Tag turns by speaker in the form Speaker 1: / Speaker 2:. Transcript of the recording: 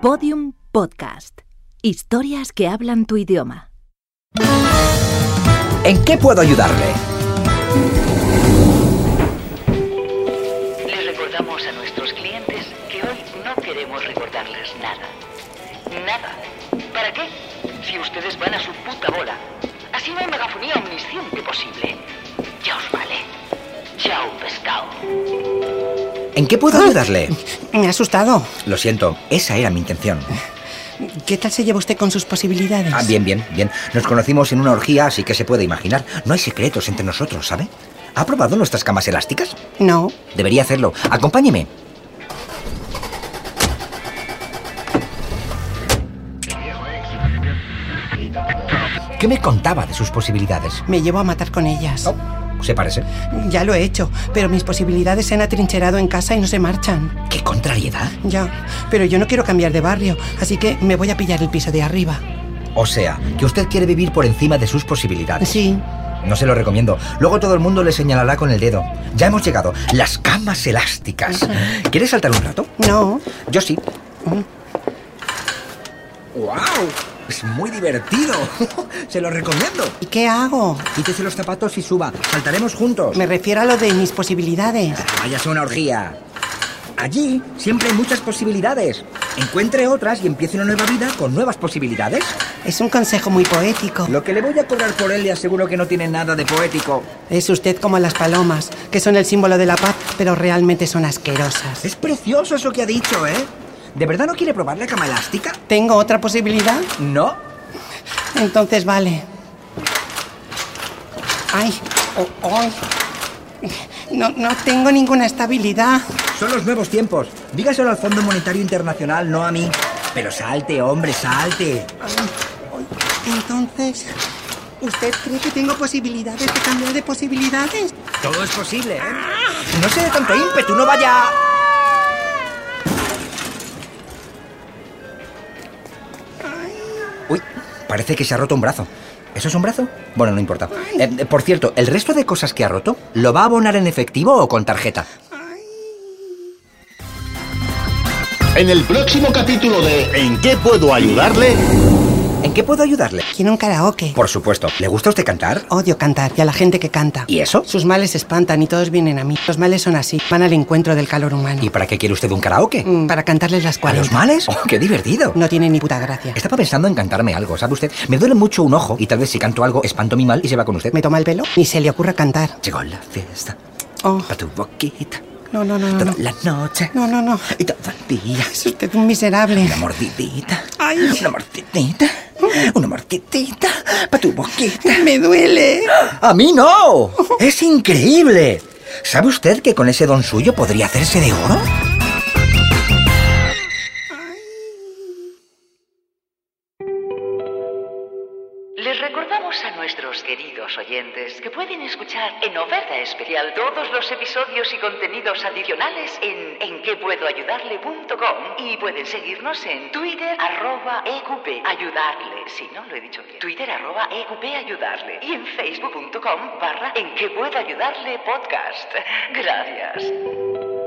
Speaker 1: Podium Podcast. Historias que hablan tu idioma.
Speaker 2: ¿En qué puedo ayudarle?
Speaker 3: Les recordamos a nuestros clientes que hoy no queremos recordarles nada. Nada. ¿Para qué? Si ustedes van a su puta bola. Así no hay megafonía omnisciente posible. Ya os vale. Chao, pescado.
Speaker 2: ¿En qué puedo ayudarle?
Speaker 4: Me ha asustado.
Speaker 2: Lo siento, esa era mi intención.
Speaker 4: ¿Qué tal se lleva usted con sus posibilidades?
Speaker 2: Ah, bien, bien, bien. Nos conocimos en una orgía, así que se puede imaginar. No hay secretos entre nosotros, ¿sabe? ¿Ha probado nuestras camas elásticas?
Speaker 4: No.
Speaker 2: Debería hacerlo. Acompáñeme. ¿Qué me contaba de sus posibilidades?
Speaker 4: Me llevo a matar con ellas.
Speaker 2: Oh, ¿Se parece?
Speaker 4: Ya lo he hecho, pero mis posibilidades se han atrincherado en casa y no se marchan.
Speaker 2: ¡Qué contrariedad!
Speaker 4: Ya, pero yo no quiero cambiar de barrio, así que me voy a pillar el piso de arriba.
Speaker 2: O sea, que usted quiere vivir por encima de sus posibilidades.
Speaker 4: Sí.
Speaker 2: No se lo recomiendo. Luego todo el mundo le señalará con el dedo. Ya hemos llegado. Las camas elásticas. ¿Quieres saltar un rato?
Speaker 4: No.
Speaker 2: Yo sí. ¡Wow! Es muy divertido. se lo recomiendo.
Speaker 4: ¿Y qué hago?
Speaker 2: Quítese los zapatos y suba. Saltaremos juntos.
Speaker 4: Me refiero a lo de mis posibilidades.
Speaker 2: Váyase a una orgía. Allí siempre hay muchas posibilidades. Encuentre otras y empiece una nueva vida con nuevas posibilidades.
Speaker 4: Es un consejo muy poético.
Speaker 2: Lo que le voy a cobrar por él le aseguro que no tiene nada de poético.
Speaker 4: Es usted como las palomas, que son el símbolo de la paz, pero realmente son asquerosas.
Speaker 2: Es precioso eso que ha dicho, ¿eh? ¿De verdad no quiere probar la cama elástica?
Speaker 4: ¿Tengo otra posibilidad?
Speaker 2: No.
Speaker 4: Entonces vale. Ay, o- ay. No, no tengo ninguna estabilidad.
Speaker 2: Son los nuevos tiempos. Dígaselo al Fondo Monetario Internacional, no a mí. Pero salte, hombre, salte.
Speaker 4: Entonces, ¿usted cree que tengo posibilidades de cambiar de posibilidades?
Speaker 2: Todo es posible, ¿eh? No se dé tanto ímpetu, no vaya. Uy, parece que se ha roto un brazo. ¿Eso es un brazo? Bueno, no importa. Eh, eh, por cierto, ¿el resto de cosas que ha roto lo va a abonar en efectivo o con tarjeta?
Speaker 5: En el próximo capítulo de ¿En qué puedo ayudarle?
Speaker 2: ¿En qué puedo ayudarle?
Speaker 4: Quiero un karaoke.
Speaker 2: Por supuesto. ¿Le gusta a usted cantar?
Speaker 4: Odio cantar y a la gente que canta.
Speaker 2: ¿Y eso?
Speaker 4: Sus males espantan y todos vienen a mí. Los males son así, van al encuentro del calor humano.
Speaker 2: ¿Y para qué quiere usted un karaoke?
Speaker 4: Mm, Para cantarles las
Speaker 2: ¿A los
Speaker 4: cuales
Speaker 2: males? Oh, ¡Qué divertido!
Speaker 4: No tiene ni puta gracia.
Speaker 2: Estaba pensando en cantarme algo, ¿sabe usted? Me duele mucho un ojo y tal vez si canto algo espanto mi mal y se va con usted.
Speaker 4: Me toma el pelo ni se le ocurra cantar.
Speaker 2: Llegó la fiesta,
Speaker 4: Oh,
Speaker 2: a tu boquita,
Speaker 4: no, no, no, no,
Speaker 2: toda
Speaker 4: no.
Speaker 2: la noche
Speaker 4: No, no, no.
Speaker 2: y todo el día.
Speaker 4: Es usted un miserable.
Speaker 2: Una mordidita,
Speaker 4: Ay. Mm.
Speaker 2: una mordidita, una mordidita, pa' tu boquita.
Speaker 4: Me duele.
Speaker 2: ¡A mí no! ¡Es increíble! ¿Sabe usted que con ese don suyo podría hacerse de oro?
Speaker 3: Les recordamos a nuestros queridos oyentes que pueden escuchar en oferta especial todos los episodios y contenidos adicionales en enquepuedoayudarle.com y pueden seguirnos en Twitter arroba EQP ayudarle, si no lo he dicho bien, Twitter arroba EQP ayudarle y en facebook.com barra en que puedo ayudarle podcast. Gracias.